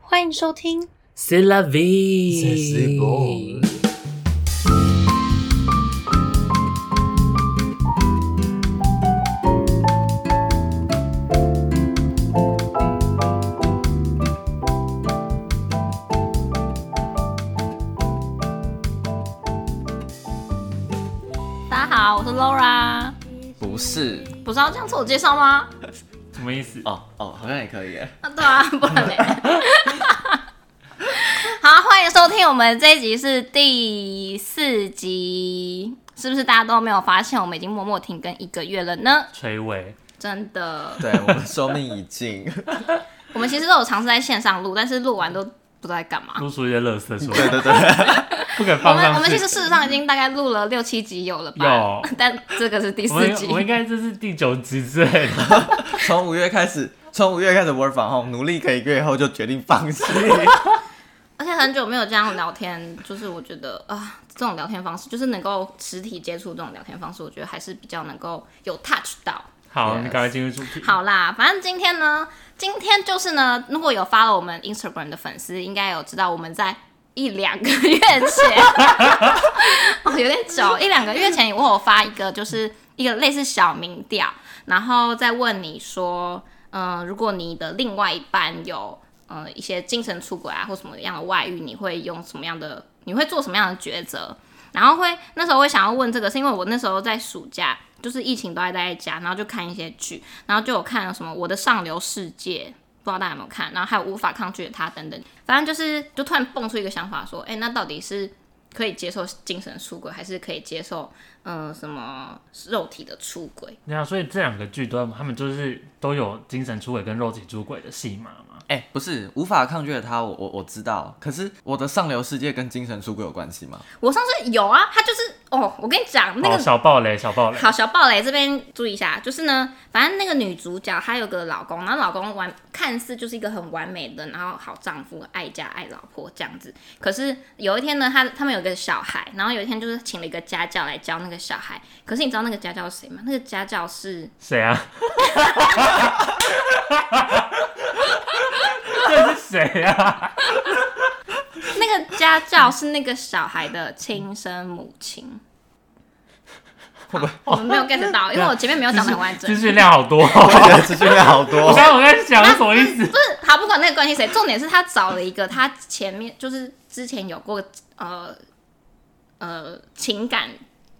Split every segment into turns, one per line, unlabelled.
欢迎收听
C'est la vie.
C'est si beau.
大家好，我是 Laura。
不是
不是要这样自我介绍吗？
什么意思？
哦哦，好像也可以耶。
啊，对啊， 不然嘞。好，欢迎收听我们这一集是第四集，是不是大家都没有发现我们已经默默停更一个月了呢？
垂尾。
真的，
对我们寿命已 尽，
我们其实都有尝试在线上录，但是录完都不知道在干嘛。
露出一些垃圾出
对
来，
对对，
不肯
我
放
们
上去。
我们其实事实上已经大概录了六七集有了吧
有，
但这个是第
我
四
们
集
我。们应该这是第九集之类 的。
从五月开始，从五月开始 work from home，努力个一个月后就决定放弃。
而且很久没有这样聊天，就是我觉得啊、这种聊天方式，就是能够实体接触这种聊天方式，我觉得还是比较能够有 touch 到。
好
Yes
你赶快进入主 题。
好啦，反正今天呢，今天就是呢，如果有发了我们 Instagram 的粉丝，应该有知道我们在一两个月前， 哦，有点久，一两个月前我有发一个，就是一个类似小民调，然后再问你说，嗯、如果你的另外一半有呃一些精神出轨啊，或什么样的外遇，你会用什么样的，你会做什么样的抉择？然后会那时候会想要问这个，是因为我那时候在暑假，就是疫情都还待在家，然后就看一些剧，然后就有看了什么《我的上流世界》，不知道大家有没有看，然后还有《无法抗拒的他》等等，反正就是就突然蹦出一个想法说，哎，那到底是可以接受精神出轨，还是可以接受嗯、呃什么肉体的出轨？
对啊，所以这两个剧都他们就是都有精神出轨跟肉体出轨的戏码嘛。
哎、不是无法抗拒的他，我我我知道。可是我的上流世界跟精神出轨有关系吗？
我上次有啊，他就是哦，我跟你讲那
好，
个
小暴雷，小暴雷。
好，小暴雷这边注意一下，就是呢，反正那个女主角她有个老公，然后老公完看似就是一个很完美的，然后好丈夫，爱家爱老婆这样子。可是有一天呢，他他们有个小孩，然后有一天就是请了一个家教来教那个小孩。可是你知道那个家教是谁吗？那个家教是
谁啊？这是谁啊？
那个家教是那个小孩的亲生母亲。
会不会
我们没有 get 到，因为我前面没有讲的很完整
资。讯量好 多、
我觉得资讯量好
我
多。
刚刚我在想什么意思？
不是，好，不管那个关系谁，重点是他找了一个他前面就是之前有过呃呃情感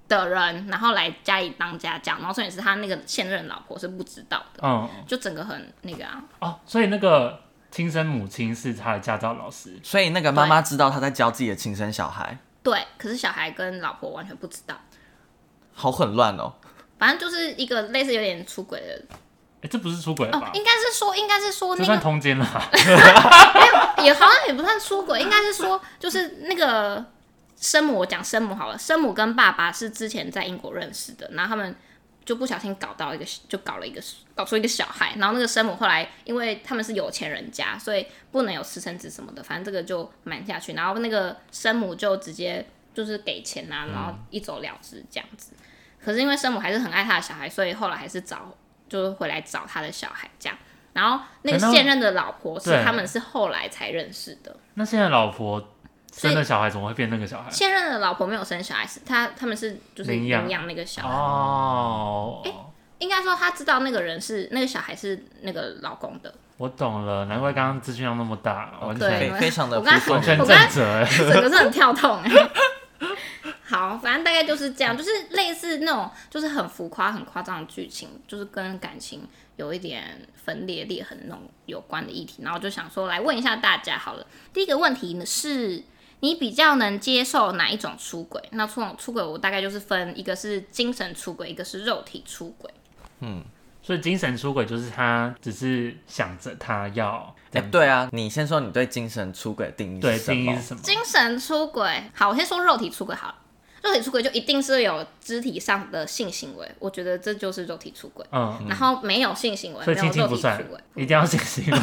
的人，然后来家里当家教，然后重点是他那个现任老婆是不知道的，
嗯，
就整个很那个啊，
哦，所以那个亲生母亲是他的驾照老师，
所以那个妈妈知道她在教自己的亲生小孩，
对，可是小孩跟老婆完全不知道，
好混乱哦。
反正就是一个类似有点出轨的，
哎、这不是出轨
哦
吧，？
应该是说，应该是说
这
那
算
个
通奸 啦。
也好像也不算出轨，应该是说就是那个生母，我讲生母好了，生母跟爸爸是之前在英国认识的，然后他们就不小心搞到一个，就搞了一个，搞出一个小孩，然后那个生母后来因为他们是有钱人家，所以不能有私生子什么的，反正这个就瞒下去，然后那个生母就直接就是给钱啊，然后一走了之这样子。可是因为生母还是很爱他的小孩，所以后来还是找就是回来找他的小孩这样。然后那个
可能
现任的老婆是
对
他们是后来才认识的，
那现在老婆
所以
生的小孩怎么会变那个小孩？
现任的老婆没有生小孩，是他他们是就是
领
领
养
养那个小孩，
哦，
应该说他知道那个人是那个小孩是那个老公的，
我懂了，难怪刚刚资讯量那么大，
哦
完
对
全
非非常的
我刚才
不
完
顺
全
我
正
刚才
则。哎
整个是很跳动、哎。好，反正大概就是这样，就是类似那种就是很浮夸、很夸张的剧情，就是跟感情有一点分裂、裂痕那种有关的议题。然后就想说来问一下大家好了，第一个问题呢是。你比较能接受哪一种出轨？那这种出轨我大概就是分一个是精神出轨，一个是肉体出轨。
所以精神出轨就是他只是想着他要
哎、对啊，你先说你对精神出轨的定义
对
是什
定义是
么？
什么？
精神出轨，好，我先说肉体出轨好了。肉体出轨就一定是有肢体上的性行为，我觉得这就是肉体出轨。
嗯，
然后没有性行为，
所以
没有
亲亲
肉
不
体出
算
轨。，
一定要性行为。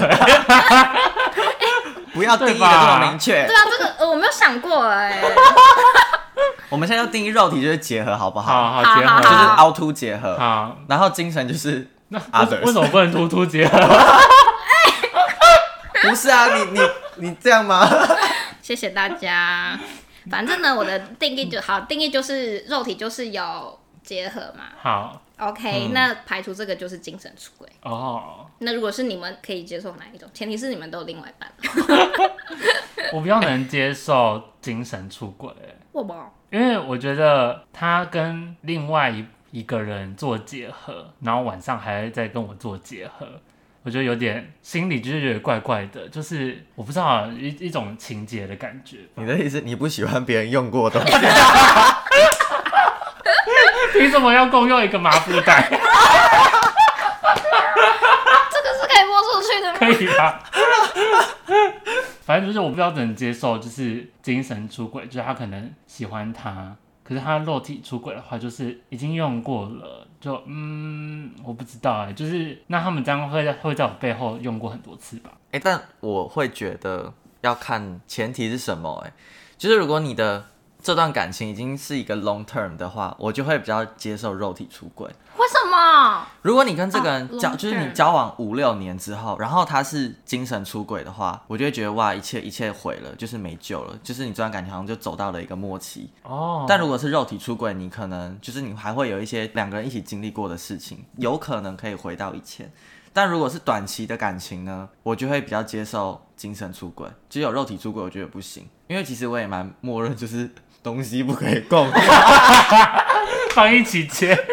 不要定
对
义的
吧
这么明确
对。啊，这个呃我没有想过哎、
我们现在要定义肉体就是结合，好不
好
好？
好
好
结
好
就是
好
合，
凹凸结合，
好。
然后精神就是
那为
Others
为什么不能突突结合？
不是啊？你你你这样吗？
谢谢大家。反正呢，我的定义就好，定义就是肉体就是有结合嘛。
好
嗯
OK，、那排除这个就是精神出轨。
哦，
那如果是你们可以接受哪一种？前提是你们都有另外一半。
我比较能接受精神出轨，
我不，
因为我觉得他跟另外一一个人做结合，然后晚上还会再跟我做结合，我觉得有点心里就是有点怪怪的，就是我不知道一一种情节的感觉。
你的意思你不喜欢别人用过的东 西？
凭什么要共用一个麻布袋？
这个是可以播出去的吗？
可以吧？反正就是我不知道怎么接受，就是精神出轨，就是他可能喜欢他，可是他肉体出轨的话，就是已经用过了，就嗯，我不知道哎、就是那他们这样会在会在我背后用过很多次吧？
哎、但我会觉得要看前提是什么、欸，哎，就是如果你的这段感情已经是一个 long term 的话，我就会比较接受肉体出轨。
为什么？
如果你跟这个人
哦
交
long
就是你
term
交往五六年之后，然后他是精神出轨的话，我就会觉得哇，一切一切毁了，就是没救了，就是你这段感情好像就走到了一个末期。
哦
但如果是肉体出轨，你可能就是你还会有一些两个人一起经历过的事情，
嗯
有可能可以回到以前。但如果是短期的感情呢，我就会比较接受精神出轨，只有肉体出轨我觉得不行，因为其实我也蛮默认就是东西不可以 共用。
放一起切。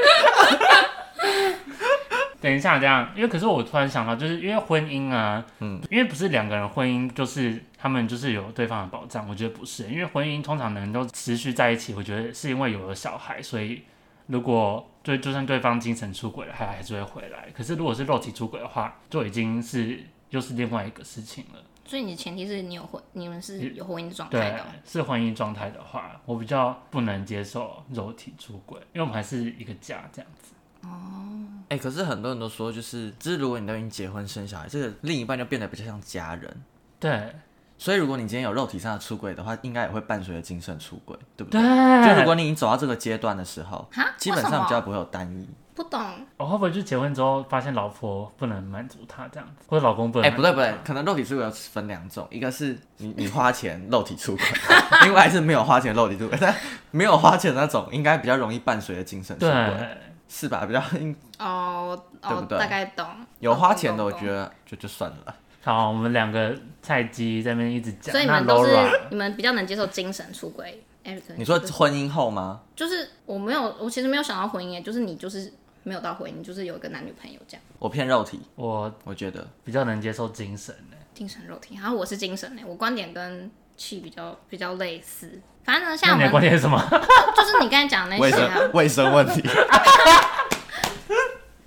等一下，这样，因为可是我突然想到，就是因为婚姻啊，
嗯
嗯，因为不是两个人婚姻，就是他们就是有对方的保障，我觉得不是，因为婚姻通常能够持续在一起，我觉得是因为有了小孩，所以如果就就算对方精神出轨了，还还是会回来。可是如果是肉体出轨的话，就已经是又是另外一个事情了。
所以你的前提是你有婚，你们是有婚姻状态
对
的哦。，
是婚姻状态的话，我比较不能接受肉体出轨，因为我们还是一个家这样子。
哎、可是很多人都说，就是就是如果你都已经结婚生小孩，这个另一半就变得比较像家人。
对，
所以如果你今天有肉体上的出轨的话，应该也会伴随着精神出轨，对不对？
对，
就如果你已经走到这个阶段的时候
哈，
基本
为什
上
么
比较不会有单一。
不懂，
我会不会就结婚之后发现老婆不能满足他这样子，或者老公不能？
哎、不对不对，，可能肉体出轨有分两种，一个是你你花钱肉体出轨， 另外是没有花钱肉体出轨。但没有花钱的那种，应该比较容易伴随着精
哎
神出轨，
对，
是吧？比较
哦
对
哦
不，对
大概懂。哦
有花钱的，我
懂
觉。得就就算了。
好，我们两个菜鸡在那边一直讲，
所以你
那
们都是
Laura
你们比较能接受精神出轨，Eric。
你说
就是
婚姻后吗？
就是我没有，我其实没有想到婚姻耶，就是你就是没有到婚姻，就是有一个男女朋友这样，
我偏肉体，
我
我觉得。
比较能接受精神的、
精神肉体。然后我是精神嘞，我观点跟气比较比较类似。反正呢，像
那你的
我
观
们
点是什么？
就是你刚才讲的那
卫
些啊，
生卫生问题。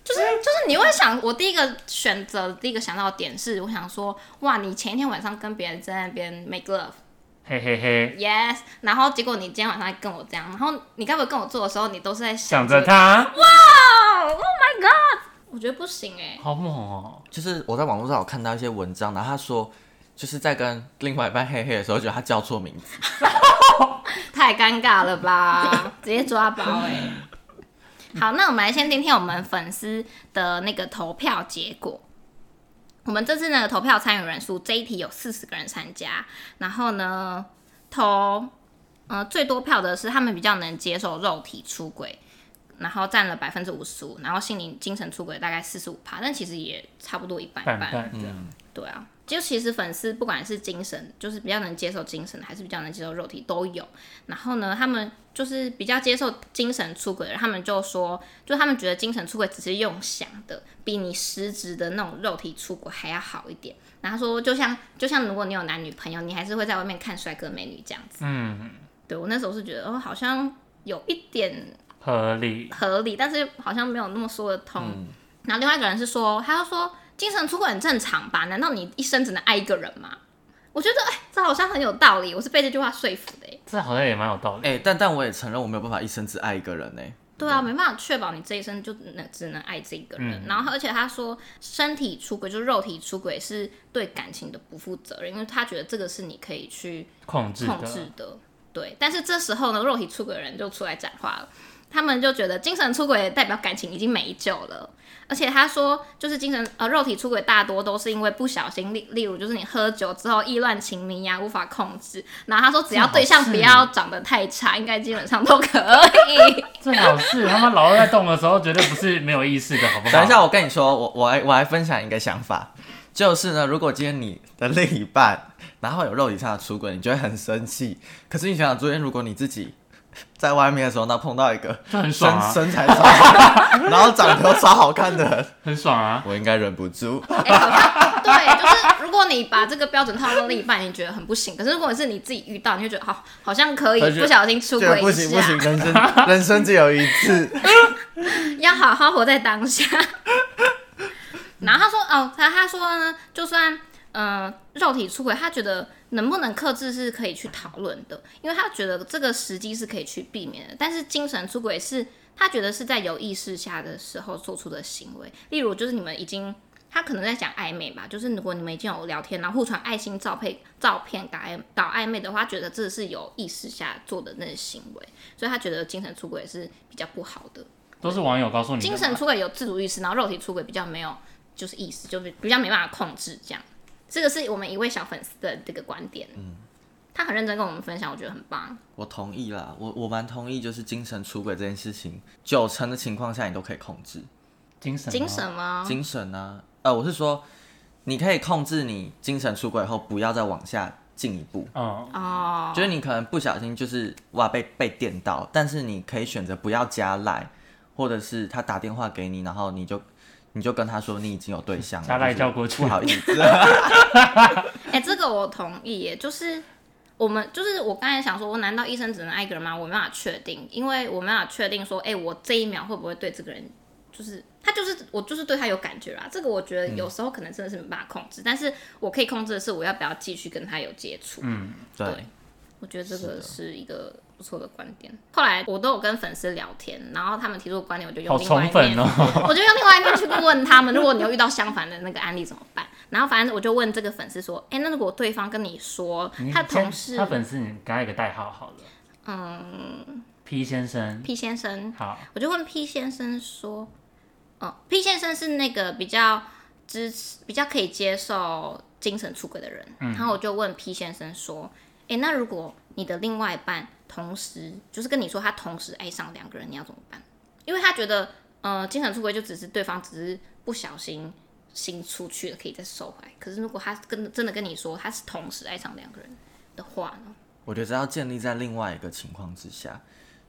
就是就是你会想，我第一个选择第一个想到的点是，我想说，哇，你前一天晚上跟别人在那边 make love。
嘿嘿嘿，
Yes，然后结果你今天晚上还跟我这样，然后你该不会跟我做的时候，你都是在
想
着
着他，
哦，Oh my God，我觉得不行哎、
好猛哦、
就是我在网络上有看到一些文章，然后他说，就是在跟另外一半嘿嘿的时候，觉得他叫错名字，
太尴尬了吧，直接抓包哎、好，那我们来先听听我们粉丝的那个投票结果。我们这次呢投票参与人数这一题有四十个人参加，然后呢投呃最多票的是他们比较能接受肉体出轨，然后占了百分之五十五，然后心灵精神出轨大概四十五趴，但其实也差不多一半一
淡
半。
淡这样。
对啊，就其实粉丝不管是精神，就是比较能接受精神的，还是比较能接受肉体都有。然后呢，他们就是比较接受精神出轨的，他们就说，就他们觉得精神出轨只是用想的，比你实质的那种肉体出轨还要好一点。然后他说，就像就像如果你有男女朋友，你还是会在外面看帅哥美女这样子。
嗯，
对我那时候是觉得，哦，好像有一点
合理。
合理，但是好像没有那么说得通。然后另外一个人是说，他就说精神出轨很正常吧？难道你一生只能爱一个人吗？我觉得哎、这好像很有道理，我是被这句话说服的、哎
这好像也蛮有道理，
哎、但但我也承认我没有办法一生只爱一个人呢、欸
对啊，没办法确保你这一生就能只能爱这一个人。然后，而且他说身体出轨就是肉体出轨是对感情的不负责任，因为他觉得这个是你可以去
控制
控
的，
制的。对，但是这时候呢，肉体出轨的人就出来讲话了。他们就觉得精神出轨代表感情已经没救了。而且他说，就是精神呃肉体出轨大多都是因为不小心，例例如就是你喝酒之后意乱情迷啊呀、无法控制。然后他说，只要对象
这好
不
事
要长得太差，应该基本上都可 以。
最好是他妈老二在动的时候，绝对不是没有意识的，好不好？
等一下，我跟你说，我我还我还分享一个想法，就是呢，如果今天你的另一半然后有肉体上的出轨，你就会很生气。可是你想想，昨天如果你自己在外面的时候，那碰到一个
就很
身、
爽啊，
身材超 好，然后长得又超好看的人，
很爽啊。
我应该忍不住。
哎好像对，就是如果你把这个标准套用另一半，你觉得很不行；可是如果是你自己遇到，你就觉得好，好像可以
他觉得
不小心出
这个
轨
不
一
行不行，
下，
人生 人生只有一次。
要好好活在当下。然后他说，哦，他他说呢，就算呃肉体出轨，他觉得能不能克制是可以去讨论的，因为他觉得这个时机是可以去避免的。但是精神出轨是他觉得是在有意识下的时候做出的行为，例如就是你们已经。他可能在讲暧昧吧，就是如果你们已经有聊天，然后互传爱心照片、照片搞暧搞暧昧的话，他觉得这是有意识下做的那些行为，所以他觉得精神出轨是比较不好的。
都是网友告诉你的
精
嘛，
神出轨有自主意识，然后肉体出轨比较没有，就是意识，就是比较没办法控制这样。这个是我们一位小粉丝的这个观点，嗯，他很认真跟我们分享，我觉得很棒。
我同意啦，我我蛮同意，就是精神出轨这件事情，九成的情况下你都可以控制。
精神啊
精
吗
神吗？
精神呢、呃，我是说，你可以控制你精神出轨后不要再往下进一步。
嗯，
哦，
就是你可能不小心就是哇被被电到，但是你可以选择不要加赖，或者是他打电话给你，然后你就你就跟他说你已经有对象了，
加赖
就是
叫过去
不好意 思，
哎、这个我同意耶，就是我们就是我刚才想说，我难道一生只能爱一个人吗？我没办法确定，因为我没办法确定说，哎、我这一秒会不会对这个人，就是他就是我就是对他有感觉啦。这个我觉得有时候可能真的是没办法控制，但是我可以控制的是我要不要继续跟他有接触。
对，
我觉得这个是一个不错的观点。后来我都有跟粉丝聊天，然后他们提出的观点，我就用
好
另外
宠
一
粉
面，
哦。
我就用另外一面去问他们，如果你有遇到相反的那个案例怎么办？然后反正我就问这个粉丝说，哎、那如果对方跟你说
你
他
先
同事
他粉丝，你给他一个代号好了
嗯
，P 先生。
P 先生，
好，
我就问 P 先生说，哦，P 先生是那个比较支持、比较可以接受精神出轨的人，
嗯
然后我就问 P 先生说，诶，那如果你的另外一半同时就是跟你说他同时爱上两个人，你要怎么办？因为他觉得，呃，精神出轨就只是对方只是不小心。心出去了，可以再收回来。可是如果他跟真的跟你说他是同时爱上两个人的话呢？
我觉得这要建立在另外一个情况之下，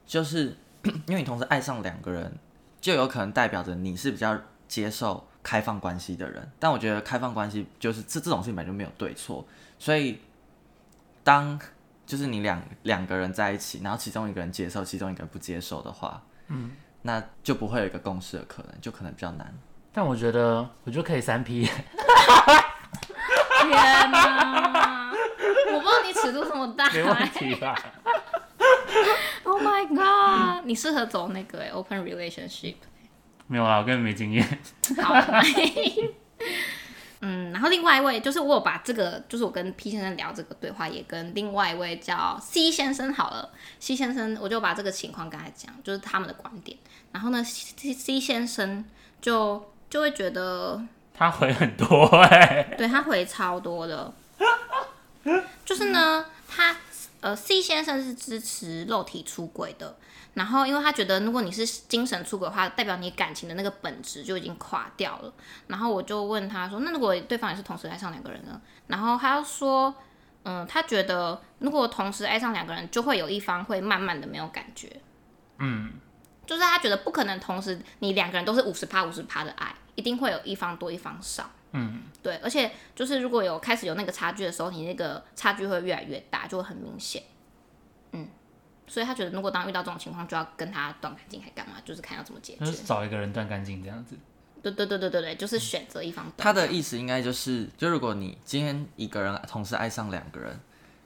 就是 因为你同时爱上两个人，就有可能代表着你是比较接受开放关系的人。但我觉得开放关系就是这这种事情本来就没有对错，所以当就是你两两个人在一起，然后其中一个人接受，其中一个人不接受的话，嗯，那就不会有一个共识的可能，就可能比较难。
但我觉得，我觉得可以 三 P，
天哪！我不知道你尺度这么大、
没问题吧？
Oh my god！你 适合走那个、欸、open relationship。
没有啦，我根本没经验。
好， 嗯，然后另外一位就是我有把这个，就是我跟 P 先生聊这个对话，也跟另外一位叫 C 先生好了，C 先生我就把这个情况跟他讲，就是他们的观点。然后呢，C C 先生就就会觉得
他回很多哎、
对他回超多的，就是呢，他呃 C 先生是支持肉体出轨的，然后因为他觉得如果你是精神出轨的话，代表你感情的那个本质就已经垮掉了。然后我就问他说，那如果对方也是同时爱上两个人呢？然后他又说。嗯，他觉得如果同时爱上两个人，就会有一方会慢慢的没有感觉。就是他觉得不可能同时你两个人都是五十趴五十趴的爱，一定会有一方多一方少。嗯，对，而且就是如果有开始有那个差距的时候，你那个差距会越来越大，就会很明显。嗯，所以他觉得如果当遇到这种情况，就要跟他断干净，还干嘛？就是看要怎么解
就
决
是。找一个人断干净这样子。
对对对对对对，就是选择一方断。
他的意思应该就是，就如果你今天一个人同时爱上两个人，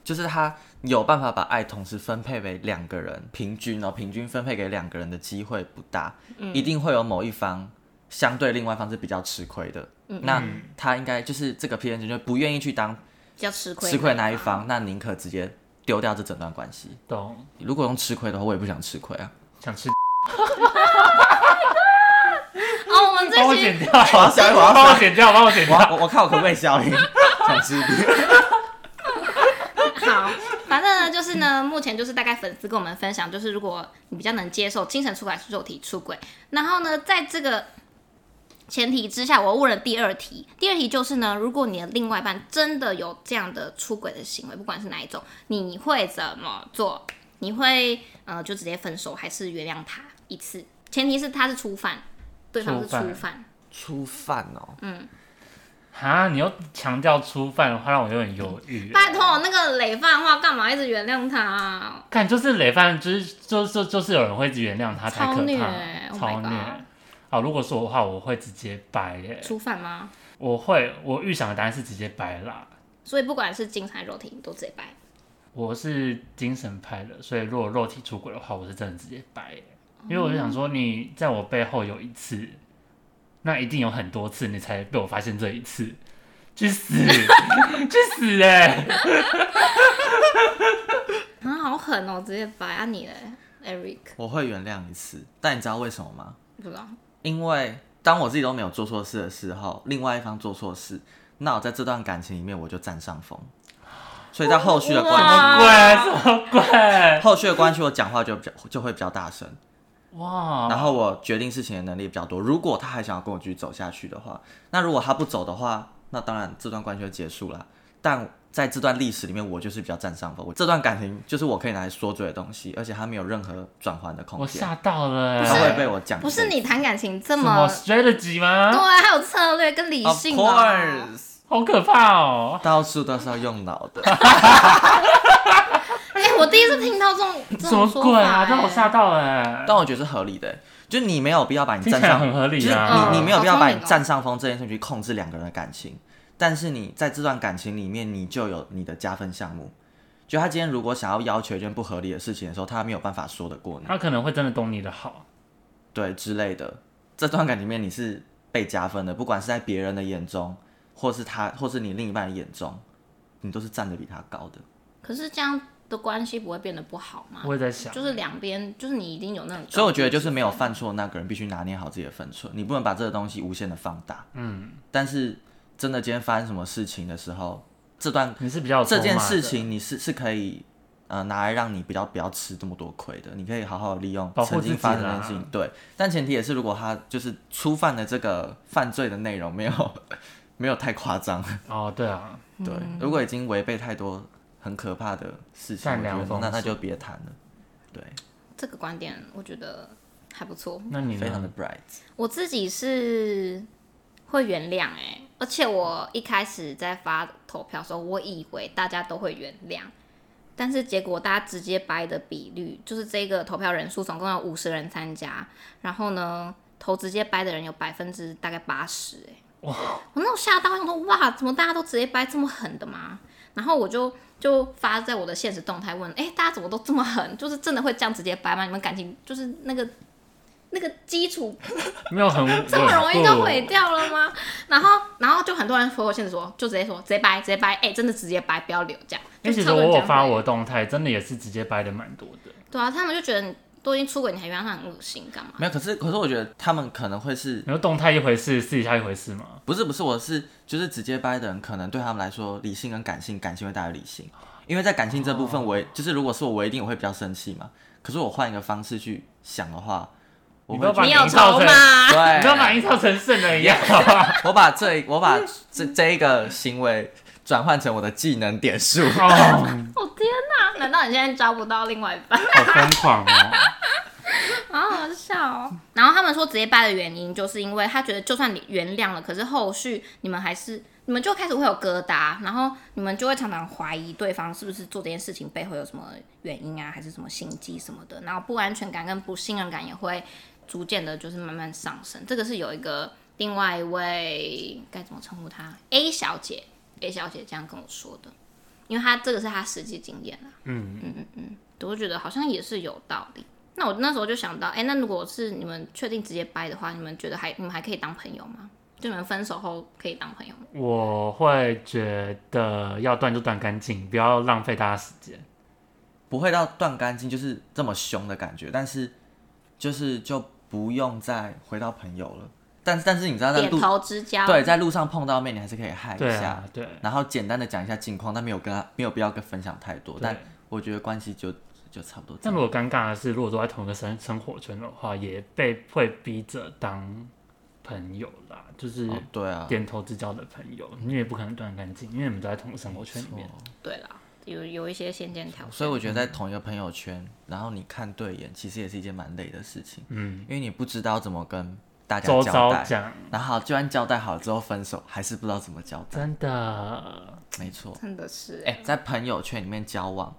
就是他有办法把爱同时分配给两个人，平均哦，平均分配给两个人的机会不大，一定会有某一方相对另外一方是比较吃亏的。那他应该就是这个 P N 就不愿意去当
比较吃亏，哦
吃亏那一方，那宁可直接丢掉这整段关系。
懂？
如果用吃亏的话，我也不想吃亏啊。
想吃
这
帮我
集
剪掉，
我要消音，我要
帮我
消
剪掉，帮我剪
我
掉。
要我我看我可不可以消 音，想吃一点。
好，反正呢，就是呢，目前就是大概粉丝跟我们分享，就是如果你比较能接受精神出轨还是肉体出轨，然后呢，在这个前提之下，我问了第二题，第二题就是呢，如果你的另外一半真的有这样的出轨的行为，不管是哪一种，你会怎么做？你会呃就直接分手，还是原谅他一次？前提是他是初犯，对方是
初犯
初犯。
初犯哦，
啊，你又强调初犯的话，让我有点犹豫。
拜托，那个累犯的话，干嘛一直原谅他啊、
看，就是累犯，就是就就就是有人会原谅他才
超
可
虐
怕，
，Oh my
超虐
god。
好，如果是我的话，我会直接掰耶。
初犯吗？
我会，我预想的答案是直接掰啦。
所以不管是精彩肉体，你都直接掰。
我是精神派的，所以如果肉体出轨的话，我是真的直接掰耶。因为我就想说，你在我背后有一次，那一定有很多次，你才被我发现这一次，去 死，去死哎！
啊，好狠哦，直接掰啊你嘞，Eric，
我会原谅一次，但你知道为什么吗？
不知道。
因为当我自己都没有做错事的时候，另外一方做错事，那我在这段感情里面我就占上风，所以在后续的关
哇
鬼什么鬼？
后续的关系，我讲话就比较就会比较大声，
哇！
然后我决定事情的能力比较多。如果他还想要跟我继续走下去的话，那如果他不走的话，那当然这段关系就结束了。但在这段历史里面，我就是比较占上风，我这段感情就是我可以拿来说嘴的东西，而且他没有任何转换的空
我
间，
吓到了、
他
不
会
欸，
是
被我讲。
不是你谈感情这
什么
么，
strategy
对
吗？
啊，还有策略跟理
，Of
性啊。
course，
好可怕哦！
到处都是要用脑 的。
哎、我第一次听到这 种这
什么
种说
鬼
法、
啊？
哎
让我吓到哎、
但我觉得是合理的，欸就是你没有必要把你
听起
占
来
上，
很合理
就是
啊
你你没有必
好
要
聪
把
明
你
哦
占上风这件事情去控制两个人的感情，但是你在这段感情里面，你就有你的加分项目。就他今天如果想要要求一件不合理的事情的时候，他没有办法说得过你，
嗯
他可能会真的懂你的好，
对之类的。这段感情里面你是被加分的，不管是在别人的眼中，或是他，或是你另一半的眼中，你都是站得比他高的。
可是这样的关系不会变得不好吗？
我也在想，
就是两边，就是你一定有那种，
所以我觉得就是没有犯错的那个人必须拿捏好自己的分寸，你不能把这个东西无限的放大。嗯，但是真的今天发生什么事情的时候，这段
你是比较有
这件
筹码的
事情你是是可以呃拿来让你比较不要吃这么多亏的，你可以好好利用
保护
曾
自己
经
啦
发生的事情。对，但前提也是如果他就是初犯的这个犯罪的内容没有 没有太夸张。
哦，对啊，
对，如果已经违背太多很可怕的事情，
善良
我觉得
风
那那
俗
就别谈了。对，
这个观点，我觉得还不错。
那你
非常的
呢？
bright。
我自己是会原谅哎、而且我一开始在发投票的时候，我以为大家都会原谅，但是结果大家直接掰的比率，就是这个投票人数总共有五十人参加，然后呢，投直接掰的人有百分之大概八十哎，哇！我那种吓到，我想说哇，怎么大家都直接掰这么狠的吗？然后我就就发在我的现实动态问，哎、大家怎么都这么狠？就是真的会这样直接掰吗？你们感情就是那个那个基础
没有很
这么容易就毁
稳固
掉了吗？然后，然后就很多人回我现实说，就直接说直接掰，直接掰，哎、真的直接掰，不要留这样。
因为其
就
实
超多
我
人
有
这样
发
回
我的动态，真的也是直接掰的蛮多的。
对啊，他们就觉得你都已经出轨，你还原谅他，很恶心，干嘛？
没有，可是可是我觉得他们可能会是
你说动态一回事，私底下一回事吗？
不是不是，我是就是直接掰的人，可能对他们来说，理性跟感性，感性会大于理性，因为在感性这部分我，
哦
也就是如果是我，我一定我会比较生气嘛。可是我换一个方式去想的话，我
你不要
会
把
觉
你
得
有
造
仇
成
吗？
你不要把
对，
营造成圣人一 样，
我把这我把这这一个行为转换成我的技能点数，
哦，
我、天哪！难道你现在抓不到另外一半？
好疯狂哦！
好好笑哦。然后他们说直接掰的原因，就是因为他觉得就算你原谅了，可是后续你们还是你们就开始会有疙瘩，然后你们就会常常怀疑对方是不是做这件事情背后有什么原因啊，还是什么心机什么的，然后不安全感跟不信任感也会逐渐的，就是慢慢上升。这个是有一个另外一位该怎么称呼她 A 小姐，A 小姐这样跟我说的，因为她这个是她实际经验啊。我就觉得好像也是有道理。那我那时候就想到，哎、那如果是你们确定直接掰的话，你们觉得还你们还可以当朋友吗？就你们分手后可以当朋友吗？
我会觉得要断就断干净，不要浪费大家时间。
不会到断干净，就是这么凶的感觉，但是就是就不用再回到朋友了。但但是你知道在
点
路
头之交，
对，在路上碰到面，你还是可以嗨一
对
下，
啊，对
然后简单的讲一下近况，但没有跟他没有必要跟分享太多。
对
但我觉得关系就就差不多这
但
样。
如果尴尬的是，如果都在同一个生生活圈的话，也被会逼着当朋友啦，就是
哦对啊，
点头之交的朋友，你也不可能断得干净，因为你们都在同一个生活圈里面。
对啦，有有一些先见条件，
所以我觉得在同一个朋友圈，然后你看对眼，其实也是一件蛮累的事情，
嗯，
因为你不知道怎么跟大家
周
交
遭
代，
讲，
然后就算交代好之后分手，还是不知道怎么交代。
真的，
没错，
真的是
哎、在朋友圈里面交往，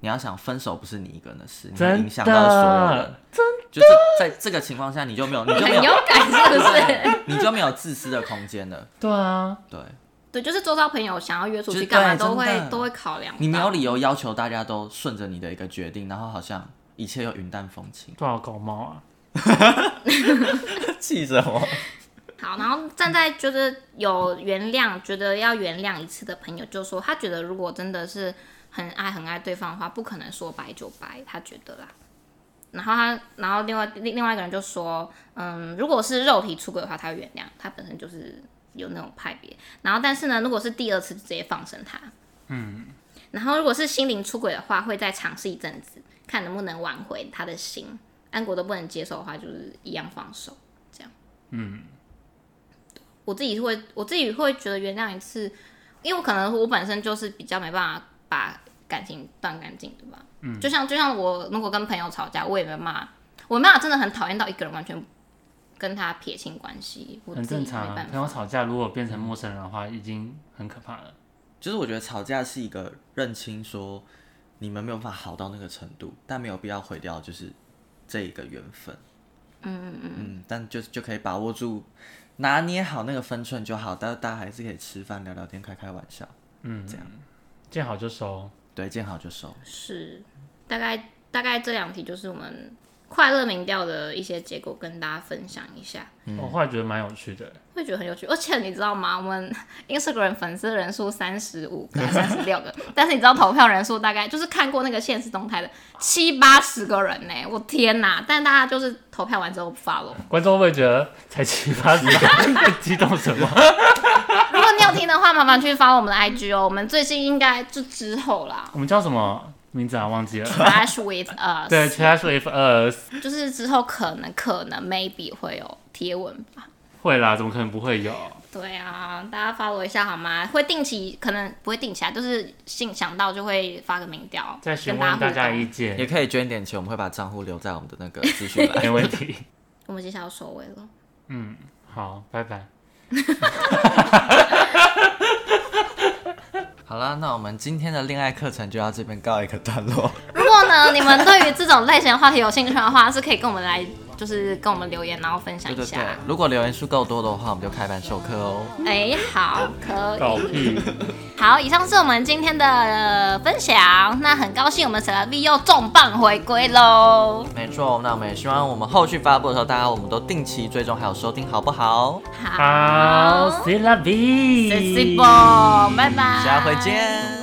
你要想分手不是你一个人的事，你
真
会
的
影响到所有人。就是在这个情况下，你就没有，你就没
很
有，
有感，是不是？
你就没有自私的空间了。
对啊，，
对，
对，就是周遭朋友想要约出
就
去
是
干嘛，
对真
都会
的
都会考量到。
你没有理由要求大家都顺着你的一个决定，然后好像一切又云淡风轻
多少狗猫啊？
气什么？
好，然后站在觉得有原谅，觉得要原谅一次的朋友，就说他觉得如果真的是很爱很爱对方的话，不可能说掰就掰，他觉得啦。然后他，然后另外另另外一个人就说，嗯，如果是肉体出轨的话，他会原谅，他本身就是有那种派别。然后但是呢，如果是第二次就直接放生他，嗯。然后如果是心灵出轨的话，会再尝试一阵子，看能不能挽回他的心。安国都不能接受的话，就是一样放手。嗯我自己会，我自己会觉得原谅一次，因为我可能我本身就是比较没办法把感情断干净，对吧？嗯，就像就像我如果跟朋友吵架，我也没办法，我没办法真的很讨厌到一个人完全跟他撇清关系，我
很
自己
正
没
常啊
办。
朋友
法。
吵架如果
嗯
变成陌生人的话，已经很可怕了。
就是我觉得吵架是一个认清说你们没有办法好到那个程度，但没有必要毁掉就是这一个缘分。嗯嗯嗯，但就就可以把握住，拿捏好那个分寸就好。但大家还是可以吃饭、聊聊天、开开玩笑，
嗯，
这样
见好就收。
对，见好就收。
是，大概大概这两题就是我们快乐民调的一些结果跟大家分享一下。
嗯
我后来觉得蛮有趣的，
会觉得很有趣。而且你知道吗？我们 Instagram 粉丝人数三十五个、三十六个，但是你知道投票人数大概就是看过那个现实动态的七八十个人呢、我天哪！但大家就是投票完之后不 follow。
观众会觉得才七八十吧， 激动什么？
如果你有听的话，麻烦去 follow 我们的 IG 哦。我们最近应该就之后 啦
我们叫什么名字啊？忘记了。
，Crash with
对
us，
，Trash with us
就是之后可能可能 maybe 会有贴文吧。
会啦，怎么可能不会有？
对啊，大家 follow 一下好吗？会定期，可能不会定期啊，就是想想到就会发个民调，
再询
跟大
问大
家
家
互动
意见，
也可以捐点钱，我们会把账户留在我们的那个资讯 栏。
没问题。
我们接下来要收尾了，
嗯，好，拜拜。
好啦，那我们今天的恋爱课程就到这边告一个段落。
如果呢，你们对于这种类型的话题有兴趣的话，是可以跟我们来，就是跟我们留言，然后分享
对
一
对对
下。，
如果留言数够多的话，我们就开班授课哦。
哎、好，
狗
可以。
屁！
好，以上是我们今天的、呃分享。那很高兴我们 c e l V 又重磅回归喽。
没错，那我们也希望我们后续发布的时候，大家我们都定期追踪还有收听，好不好？
好
好，See you, love you.
，C C 波，拜拜，
下回见。